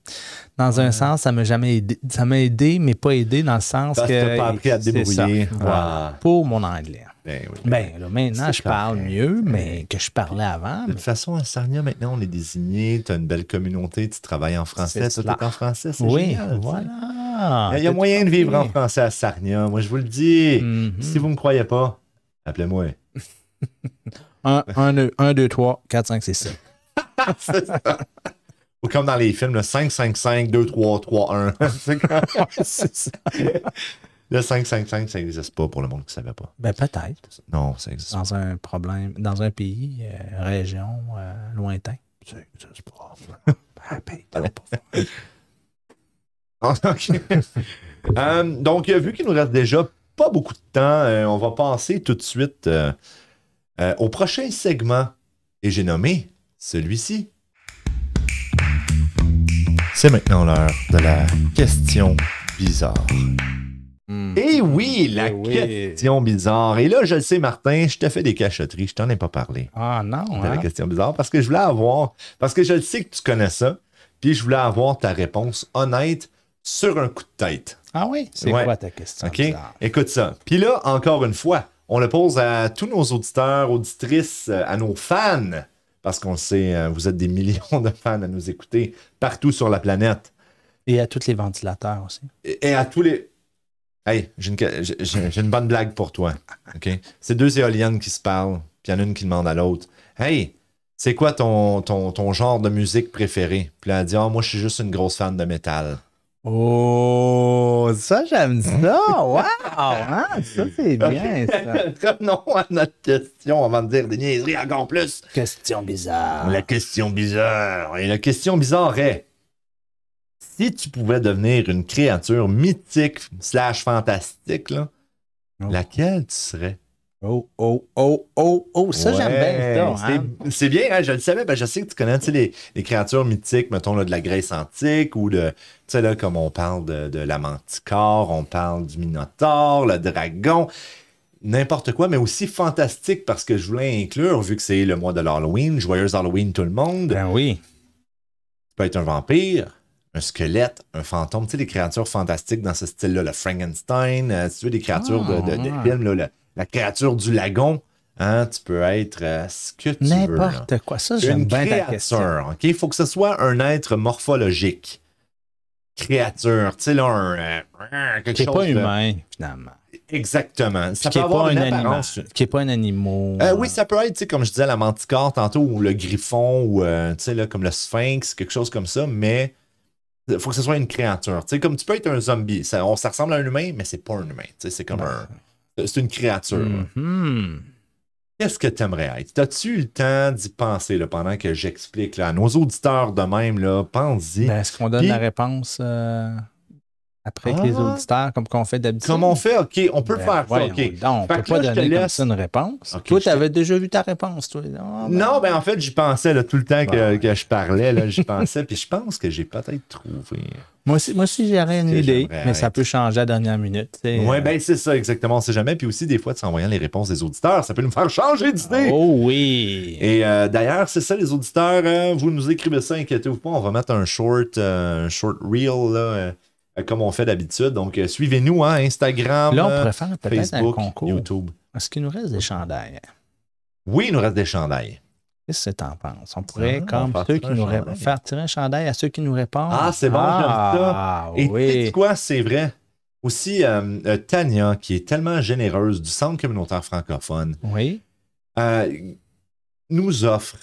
Speaker 2: dans un sens, ça m'a jamais aidé. Ça m'a aidé, mais pas aidé dans le sens
Speaker 1: Parce que
Speaker 2: que.
Speaker 1: t'as pas appris à te
Speaker 2: c'est
Speaker 1: débrouiller.
Speaker 2: ça. Voilà.
Speaker 1: Ah.
Speaker 2: Pour mon anglais.
Speaker 1: Ben oui.
Speaker 2: Ben, là, maintenant,
Speaker 1: C'est
Speaker 2: je parle
Speaker 1: correct.
Speaker 2: mieux, mais que je parlais avant.
Speaker 1: De toute façon, à Sarnia, maintenant, on est désigné. Tu as une belle communauté, tu travailles en français,
Speaker 2: C'est
Speaker 1: tout
Speaker 2: cela.
Speaker 1: est en français. c'est
Speaker 2: Oui,
Speaker 1: génial, tu sais.
Speaker 2: voilà.
Speaker 1: Il y a
Speaker 2: Tout
Speaker 1: moyen de vivre hein. en
Speaker 2: compris.
Speaker 1: français à Sarnia. Moi, je vous le dis.
Speaker 2: Mhm.
Speaker 1: Mm-hmm. Si vous me croyez pas, appelez-moi.
Speaker 2: 1, 2, 3, 4, 5, 6, 7.
Speaker 1: Ah, C'est ça. Ou comme dans les films, le 555 2331. C'est comme- Le 555, ça n'existe pas pour le monde qui ne savait pas.
Speaker 2: Ben, peut-être.
Speaker 1: Non, ça existe
Speaker 2: Dans un problème, dans un pays, euh, région, euh, lointain.
Speaker 1: pas. Ça existe pas.
Speaker 2: Ben, ben,
Speaker 1: Allez. Ah, ok. Euh, donc, euh, vu qu'il nous reste déjà pas beaucoup de temps, euh, on va passer tout de suite euh, euh, au prochain segment. Et j'ai nommé celui-ci. C'est maintenant l'heure de la question bizarre.
Speaker 2: Hmm.
Speaker 1: Et oui, la
Speaker 2: Eh oui.
Speaker 1: question bizarre. Et là, je le sais, Martin, je te fais des cachotteries, je t'en ai pas parlé
Speaker 2: Ah non,
Speaker 1: de la
Speaker 2: hein?
Speaker 1: question bizarre parce que je voulais avoir, parce que je le sais que tu connais ça, puis je voulais avoir ta réponse honnête sur un coup de tête.
Speaker 2: Ah oui, c'est
Speaker 1: Ouais.
Speaker 2: quoi ta question?
Speaker 1: OK?
Speaker 2: bizarre?
Speaker 1: Écoute ça. Puis là, encore une fois, on le pose à tous nos auditeurs, auditrices, euh, à nos fans, parce qu'on le sait, euh, vous êtes des millions de fans à nous écouter partout sur la planète.
Speaker 2: Et à tous les ventilateurs aussi.
Speaker 1: Et, et à tous les. Hey, j'ai une, que- j'ai- j'ai- j'ai une bonne blague pour toi. OK? C'est deux éoliennes qui se parlent, puis il y en a une qui demande à l'autre Hey, c'est quoi ton, ton, ton genre de musique préféré? Puis là, elle dit Ah, moi, je suis juste une grosse fan de métal.
Speaker 2: Oh, ça, j'aime ça! Wow! Hein? Ça, c'est bien, ça.
Speaker 1: Revenons à notre question avant de dire des niaiseries encore plus.
Speaker 2: Question bizarre.
Speaker 1: Ah. La question bizarre. Et la question bizarre est Si tu pouvais devenir une créature mythique slash fantastique, là,
Speaker 2: Oh.
Speaker 1: laquelle tu serais?
Speaker 2: Oh, oh, oh, oh, oh, ça,
Speaker 1: Ouais,
Speaker 2: j'aime bien ça. Hein?
Speaker 1: c'est- C'est bien, hein, je le savais. Ben, je sais que tu connais tu sais, les, les créatures mythiques, mettons, là, de la Grèce antique ou de. Tu sais, là, comme on parle de, de la Manticore, on parle du Minotaure, le dragon, n'importe quoi, mais aussi fantastique parce que je voulais inclure, vu que c'est le mois de l'Halloween, joyeux Halloween tout le monde.
Speaker 2: Ben oui.
Speaker 1: Tu peux être un vampire, un squelette, un fantôme, tu sais, des créatures fantastiques dans ce style-là, le Frankenstein, euh, si tu veux, des créatures de, de- de
Speaker 2: Ah, ouais.
Speaker 1: films, là, le- la créature du lagon. Hein, tu peux être euh, ce que tu veux. là.
Speaker 2: N'importe quoi. Ça, j'aime
Speaker 1: Une
Speaker 2: bien ta question.
Speaker 1: créature, OK? Il faut que ce soit un être morphologique. Créature, tu sais, là, un... euh, euh, quelque
Speaker 2: Qui n'est
Speaker 1: chose
Speaker 2: pas
Speaker 1: de-
Speaker 2: humain, finalement.
Speaker 1: Exactement.
Speaker 2: Puis
Speaker 1: Ça
Speaker 2: qui
Speaker 1: peut
Speaker 2: n'est
Speaker 1: avoir
Speaker 2: pas un
Speaker 1: une
Speaker 2: animal.
Speaker 1: apparence.
Speaker 2: Qui n'est pas un animal.
Speaker 1: Euh, oui, ça peut être, tu sais, comme je disais, la manticore tantôt, ou le griffon, ou, euh, tu sais, là, comme le sphinx, quelque chose comme ça, mais il faut que ce soit une créature. Tu sais, comme tu peux être un zombie, ça, on, ça ressemble à un humain, mais c'est pas un humain. Tu sais, c'est comme un... C'est une créature.
Speaker 2: Mhm.
Speaker 1: Qu'est-ce que tu aimerais être? As-tu eu le temps d'y penser là, pendant que j'explique là, à nos auditeurs de même? Là, pense-y.
Speaker 2: Ben, Est-ce qu'on donne
Speaker 1: Puis-
Speaker 2: la réponse euh, après que les
Speaker 1: Ah.
Speaker 2: auditeurs, comme qu'on fait d'habitude?
Speaker 1: Comme on fait, OK, on peut
Speaker 2: Ben,
Speaker 1: faire ça,
Speaker 2: voyons
Speaker 1: OK.
Speaker 2: donc, on
Speaker 1: Fait
Speaker 2: peut
Speaker 1: que
Speaker 2: pas
Speaker 1: là, je te
Speaker 2: donner comme
Speaker 1: laisse-
Speaker 2: ça une réponse.
Speaker 1: Ok,
Speaker 2: toi,
Speaker 1: je
Speaker 2: tu
Speaker 1: te-
Speaker 2: avais déjà vu ta réponse, toi. Ah, ben,
Speaker 1: Non, ben en fait, j'y pensais là, tout le temps que,
Speaker 2: Ouais.
Speaker 1: que je parlais, là, j'y pensais, puis je pense que j'ai peut-être trouvé. hein.
Speaker 2: Moi aussi, moi aussi j'aurais une
Speaker 1: Que
Speaker 2: idée,
Speaker 1: j'aimerais
Speaker 2: mais ça
Speaker 1: être.
Speaker 2: peut changer à la dernière minute. tu sais.
Speaker 1: Ouais, ben c'est ça, exactement, on sait jamais. Puis aussi, des fois, tu sais, en voyant les réponses des auditeurs, ça peut nous faire changer d'idée.
Speaker 2: Oh oui!
Speaker 1: Et euh, d'ailleurs, c'est ça, les auditeurs, hein, vous nous écrivez ça, inquiétez-vous pas, on va mettre un short, euh, un short reel, là, euh, euh, comme on fait d'habitude. Donc, euh, suivez-nous, hein, Instagram,
Speaker 2: Là,
Speaker 1: euh,
Speaker 2: on pourrait faire peut-être un
Speaker 1: Facebook,
Speaker 2: concours.
Speaker 1: YouTube.
Speaker 2: Est-ce qu'il nous reste des chandails?
Speaker 1: Oui, il nous reste des chandails.
Speaker 2: Qu'est-ce que t'en penses? On pourrait,
Speaker 1: Ah,
Speaker 2: comme
Speaker 1: faire
Speaker 2: ceux
Speaker 1: tirer
Speaker 2: qui
Speaker 1: un
Speaker 2: nous
Speaker 1: chandail.
Speaker 2: répondent, faire tirer un chandail à ceux qui nous répondent.
Speaker 1: Ah, c'est bon, j'aime ça.
Speaker 2: Ah,
Speaker 1: Et tu sais
Speaker 2: oui.
Speaker 1: quoi, c'est vrai. Aussi, euh, euh, Tania, qui est tellement généreuse du Centre communautaire francophone,
Speaker 2: Oui.
Speaker 1: euh, nous offre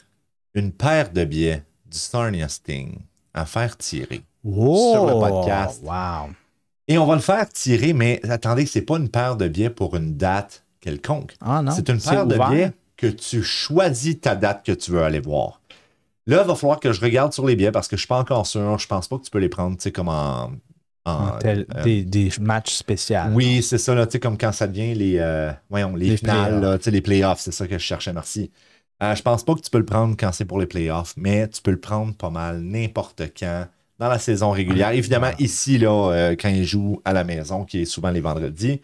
Speaker 1: une paire de billets du Sarnia Sting à faire tirer. Sur le
Speaker 2: Oh,
Speaker 1: podcast.
Speaker 2: Wow.
Speaker 1: Et on va le faire tirer, mais attendez, c'est pas une paire de billets pour une date quelconque.
Speaker 2: Ah non.
Speaker 1: c'est une paire de
Speaker 2: ouvert.
Speaker 1: billets que tu choisis ta date que tu veux aller voir. Là, il va falloir que je regarde sur les billets parce que je suis pas encore sûr. Je pense pas que tu peux les prendre, tu sais, comme en. en-
Speaker 2: Un Ah, tel-
Speaker 1: euh,
Speaker 2: des, des matchs spéciaux.
Speaker 1: Oui, c'est ça, là, tu sais, comme quand ça devient les, euh, voyons, les,
Speaker 2: Les
Speaker 1: finales,
Speaker 2: playoffs.
Speaker 1: là, tu sais, les playoffs, c'est ça que je cherchais, merci. Euh, je pense pas que tu peux le prendre quand c'est pour les playoffs, mais tu peux le prendre pas mal n'importe quand dans la saison régulière. Évidemment, ici, là, euh, quand ils jouent à la maison, qui est souvent les vendredis.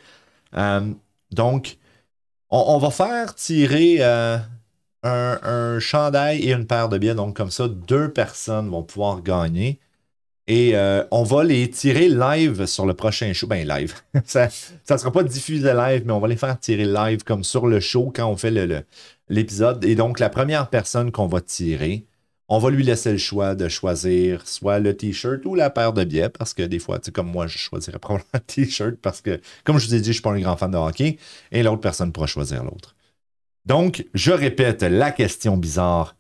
Speaker 1: Euh, donc, on, on va faire tirer euh, un, un chandail et une paire de billets. Donc, comme ça, deux personnes vont pouvoir gagner. Et euh, on va les tirer live sur le prochain show. Ben, live. ça ne sera pas diffusé live, mais on va les faire tirer live comme sur le show quand on fait le- le- l'épisode. Et donc, la première personne qu'on va tirer, on va lui laisser le choix de choisir soit le T-shirt ou la paire de billets. Parce que des fois, tu sais, comme moi, je choisirais probablement le T-shirt parce que, comme je vous ai dit, je ne suis pas un grand fan de hockey. Et l'autre personne pourra choisir l'autre. Donc, je répète la question bizarre.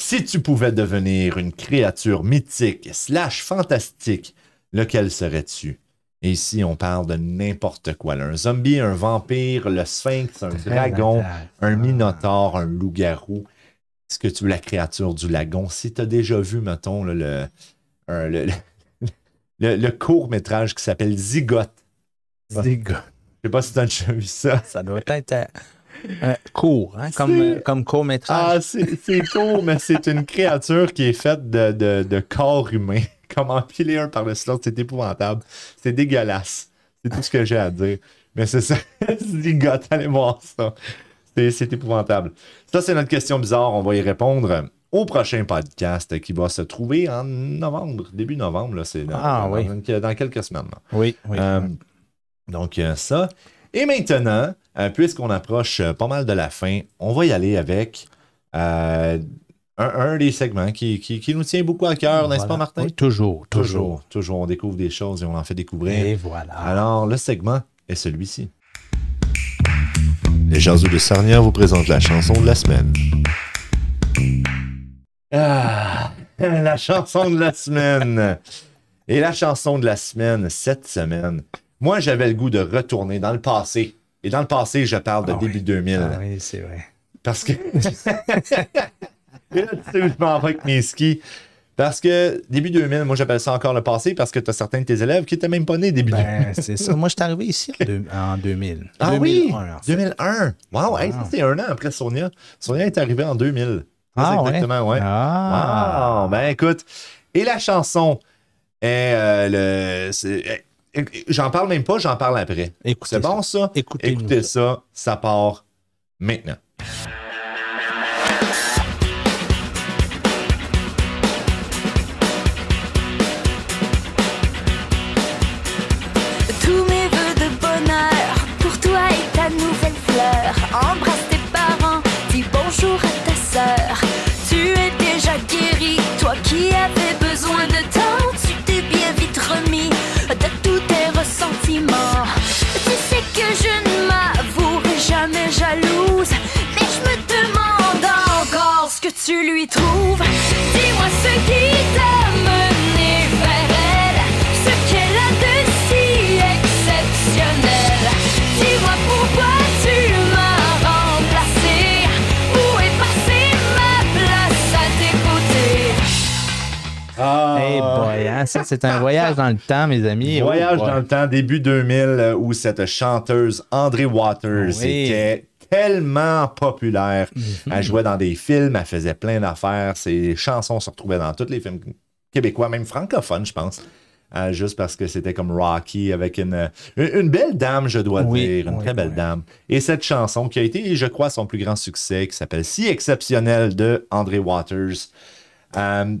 Speaker 1: Si tu pouvais devenir une créature mythique slash fantastique, lequel serais-tu? Et ici, on parle de n'importe quoi. là. Un zombie, un vampire, le sphinx, un
Speaker 2: Très
Speaker 1: dragon,
Speaker 2: intéressant. Ah,
Speaker 1: un minotaure, un loup-garou. Est-ce que tu veux la créature du lagon? Si tu as déjà vu, mettons, là, le, un- le, le- le- le court-métrage qui s'appelle Zigote.
Speaker 2: C'est des gars.
Speaker 1: Je sais pas si tu as déjà vu ça.
Speaker 2: Ça doit être euh, euh, court, hein, comme,
Speaker 1: C'est-
Speaker 2: euh, comme court-métrage.
Speaker 1: Ah, c'est c'est court, mais c'est une créature qui est faite de, de- de corps humain. Comme empiler un par-dessus l'autre, c'est épouvantable. C'est dégueulasse. C'est tout ce que j'ai à dire. Mais c'est ça. Zigote, allez voir ça. C'est- C'est épouvantable. Ça, c'est notre question bizarre. On va y répondre au prochain podcast qui va se trouver en novembre, début novembre. là. C'est dans,
Speaker 2: Ah,
Speaker 1: dans
Speaker 2: oui.
Speaker 1: une- dans quelques semaines. là.
Speaker 2: oui, oui.
Speaker 1: Euh, donc, euh, ça. Et maintenant, euh, puisqu'on approche euh, pas mal de la fin, on va y aller avec euh, un, un des segments qui, qui- qui nous tient beaucoup à cœur, n'est-ce
Speaker 2: Voilà.
Speaker 1: pas, Martin?
Speaker 2: Oui, toujours, toujours.
Speaker 1: toujours. Toujours, on découvre des choses et on en fait découvrir.
Speaker 2: Et voilà.
Speaker 1: Alors, le segment est celui-ci. Les Jaseux de Sarnia vous présentent la chanson de la semaine. Ah, la chanson de la semaine. Et la chanson de la semaine, cette semaine, moi, j'avais le goût de retourner dans le passé. Et dans le passé, je parle de
Speaker 2: Ah oui.
Speaker 1: début 2000.
Speaker 2: Ah oui, c'est vrai.
Speaker 1: Parce que. Et là, tu sais où je m'en vais avec mes skis. Parce que début 2000, moi, j'appelle ça encore le passé parce que tu as certains de tes élèves qui n'étaient même pas nés début 2000.
Speaker 2: Ben, c'est ça. Moi, je suis arrivé ici en, deux- en 2000.
Speaker 1: Ah
Speaker 2: 2001,
Speaker 1: oui!
Speaker 2: en fait.
Speaker 1: 2001. Wow, hey, ça, c'est un an après Sonia. Sonia est arrivée en 2000. Ça,
Speaker 2: Ah
Speaker 1: c'est
Speaker 2: ouais?
Speaker 1: exactement, ouais.
Speaker 2: Ah!
Speaker 1: Wow, ben écoute. Et la chanson est euh, le. c'est- eh, eh, J'en parle même pas, j'en parle après.
Speaker 2: Écoutez
Speaker 1: C'est bon ça?
Speaker 2: Écoutez-nous
Speaker 1: Écoutez ça, ça part maintenant.
Speaker 3: Tous mes voeux de bonheur pour toi et ta nouvelle fleur. Embrasse tes parents.
Speaker 2: Ah. Eh hein, ça, c'est un voyage dans le temps, mes amis.
Speaker 1: Voyage
Speaker 2: Oh, ouais.
Speaker 1: dans le temps, début 2000, euh, où cette chanteuse André Waters
Speaker 2: Oui. Mhm.
Speaker 1: était tellement populaire. Elle jouait dans des films, elle faisait plein d'affaires. Ses chansons se retrouvaient dans tous les films québécois, même francophones, je pense. Euh, juste parce que c'était comme Rocky avec une, une, une belle dame, je dois
Speaker 2: Oui,
Speaker 1: dire, une
Speaker 2: oui,
Speaker 1: très belle
Speaker 2: oui.
Speaker 1: dame. Et cette chanson qui a été, je crois, son plus grand succès, qui s'appelle Si exceptionnel de André Waters. Euh,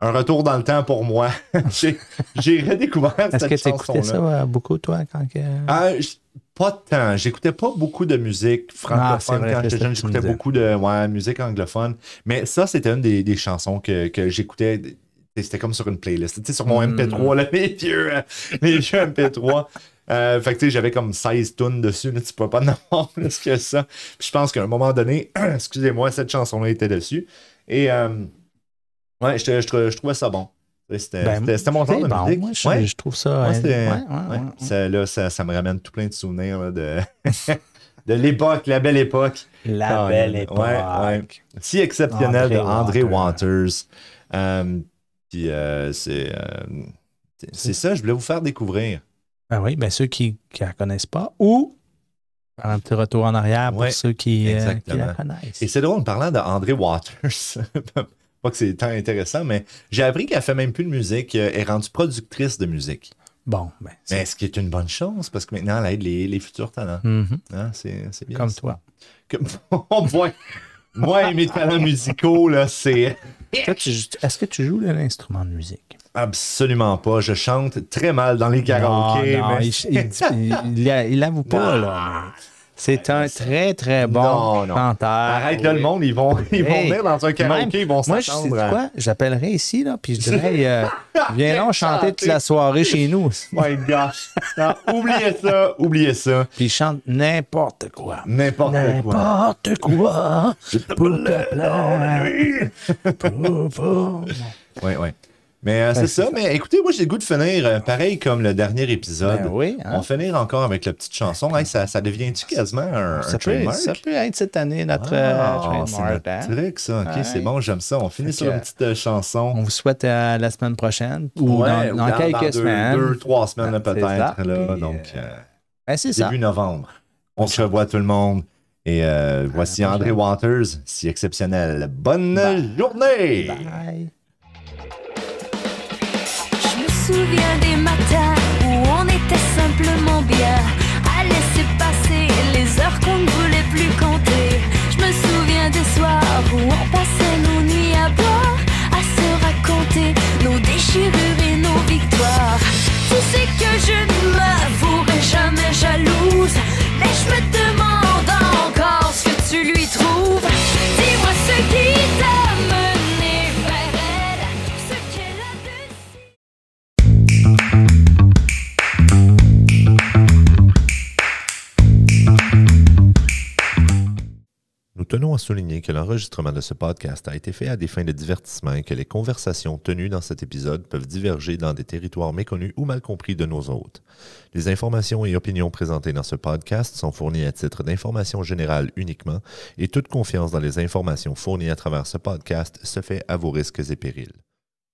Speaker 1: un retour dans le temps pour moi. J'ai j'ai redécouvert
Speaker 2: Est-ce que
Speaker 1: cette
Speaker 2: tu écoutais
Speaker 1: chanson-là.
Speaker 2: ça euh, beaucoup, toi, quand que.
Speaker 1: Ah, j- pas de temps. J'écoutais pas beaucoup de musique
Speaker 2: Ah, c'est
Speaker 1: francophone
Speaker 2: vrai,
Speaker 1: quand
Speaker 2: c'est
Speaker 1: j'étais
Speaker 2: ça
Speaker 1: jeune.
Speaker 2: que tu
Speaker 1: J'écoutais
Speaker 2: me disais.
Speaker 1: beaucoup de ouais, musique anglophone. Mais ça, c'était une des, des chansons que, que j'écoutais. Et C'était comme sur une playlist. Tu sais, sur mon
Speaker 2: Mm.
Speaker 1: MP3, là, les vieux, euh, les vieux MP3. Euh, fait que tu sais, j'avais comme 16 tonnes dessus. là, tu peux pas en avoir plus que ça. Puis je pense qu'à un moment donné, excusez-moi, cette chanson-là était dessus. Et euh, ouais, je, je- je trouvais ça bon. C'était
Speaker 2: Ben,
Speaker 1: c'était- c'était mon genre
Speaker 2: C'est
Speaker 1: de
Speaker 2: bon,
Speaker 1: musique.
Speaker 2: moi, je,
Speaker 1: Ouais.
Speaker 2: je trouve ça.
Speaker 1: Ouais,
Speaker 2: euh,
Speaker 1: c'est-
Speaker 2: ouais,
Speaker 1: Ouais,
Speaker 2: ouais, ouais.
Speaker 1: Ça, là, ça, ça me ramène tout plein de souvenirs là, de, de l'époque, la belle époque.
Speaker 2: La
Speaker 1: Ah,
Speaker 2: belle
Speaker 1: ouais,
Speaker 2: époque.
Speaker 1: ouais. Si exceptionnel
Speaker 2: André
Speaker 1: de André
Speaker 2: Waters.
Speaker 1: Waters. Euh, puis euh, c'est, euh, c'est- c'est ça, je voulais vous faire découvrir.
Speaker 2: Ah oui, bien ceux qui ne la connaissent pas ou faire un petit retour en arrière pour
Speaker 1: Ouais,
Speaker 2: ceux qui, euh, qui
Speaker 1: exactement.
Speaker 2: la connaissent.
Speaker 1: Et c'est drôle, parlant de André Waters, pas que c'est tant intéressant, mais j'ai appris qu'elle fait même plus de musique, euh, elle est rendue productrice de musique.
Speaker 2: Bon, ben, c'est
Speaker 1: Mais ce qui est une bonne chose, parce que maintenant, elle aide les, les futurs talents.
Speaker 2: Mhm,
Speaker 1: Hein, c'est, c'est bien.
Speaker 2: comme
Speaker 1: ça.
Speaker 2: toi.
Speaker 1: Comme- on voit. Moi et mes talents musicaux, là, c'est
Speaker 2: Toi, tu joues- Est-ce que tu joues de l'instrument de musique?
Speaker 1: absolument pas. Je chante très mal dans les karaokés.
Speaker 2: Ah, Non, non,
Speaker 1: mais-
Speaker 2: il, il, il- il a- il l'avoue pas, là. mais C'est un très, très bon
Speaker 1: Non, non.
Speaker 2: chanteur.
Speaker 1: Arrête là, le monde, ils vont, ils vont
Speaker 2: Ah, Hey,
Speaker 1: venir dans un karaoké,
Speaker 2: même-
Speaker 1: ils vont
Speaker 2: Moi, je sais
Speaker 1: s'attendre. à-
Speaker 2: quoi? J'appellerai ici, là, puis je dirais, hey, euh, viens donc chanter toute la soirée chez nous.
Speaker 1: Oh My gosh. Non, oubliez ça, oubliez ça.
Speaker 2: Puis il chante n'importe quoi.
Speaker 1: N'importe quoi.
Speaker 2: N'importe quoi. Pour te plaire. Pour- pour-
Speaker 1: Oui, oui. Mais euh,
Speaker 2: Ben,
Speaker 1: c'est ça. Mais écoutez, moi, j'ai le goût de finir euh, pareil comme le dernier épisode.
Speaker 2: Ben oui, hein.
Speaker 1: On va finir encore avec la petite chanson. Hey, ça, ça devient-tu quasiment un,
Speaker 2: Ça
Speaker 1: un
Speaker 2: peut,
Speaker 1: trademark?
Speaker 2: ça peut être cette année notre euh,
Speaker 1: Ah, c'est
Speaker 2: trademark,
Speaker 1: notre
Speaker 2: hein.
Speaker 1: truc, ça. OK,
Speaker 2: Ouais.
Speaker 1: c'est bon, j'aime ça. On finit sur
Speaker 2: que-
Speaker 1: une petite euh, chanson.
Speaker 2: On vous souhaite à la semaine prochaine ou
Speaker 1: Ouais,
Speaker 2: dans,
Speaker 1: ou
Speaker 2: dans quelques
Speaker 1: deux,
Speaker 2: semaines.
Speaker 1: Deux, trois semaines là,
Speaker 2: C'est ça.
Speaker 1: peut-être. là.
Speaker 2: Puis,
Speaker 1: Donc, euh,
Speaker 2: Ben, c'est ça.
Speaker 1: début novembre. On se revoit tout le monde. Et euh, voici André Waters, si exceptionnel. Bonne journée!
Speaker 2: Bye.
Speaker 3: Je me souviens des matins où on était simplement bien à laisser passer les heures qu'on ne voulait plus compter. Je me souviens des soirs où on passait nos nuits à boire, à se raconter nos déchirures et nos victoires. Tu sais que je ne m'avouerai jamais jalouse, mais je me demande encore ce que tu lui trouves. Dis-moi ce qui t'a mené vers elle, ce qu'elle a de si-
Speaker 1: Nous tenons à souligner que l'enregistrement de ce podcast a été fait à des fins de divertissement et que les conversations tenues dans cet épisode peuvent diverger dans des territoires méconnus ou mal compris de nos hôtes. Les informations et opinions présentées dans ce podcast sont fournies à titre d'information générale uniquement et toute confiance dans les informations fournies à travers ce podcast se fait à vos risques et périls.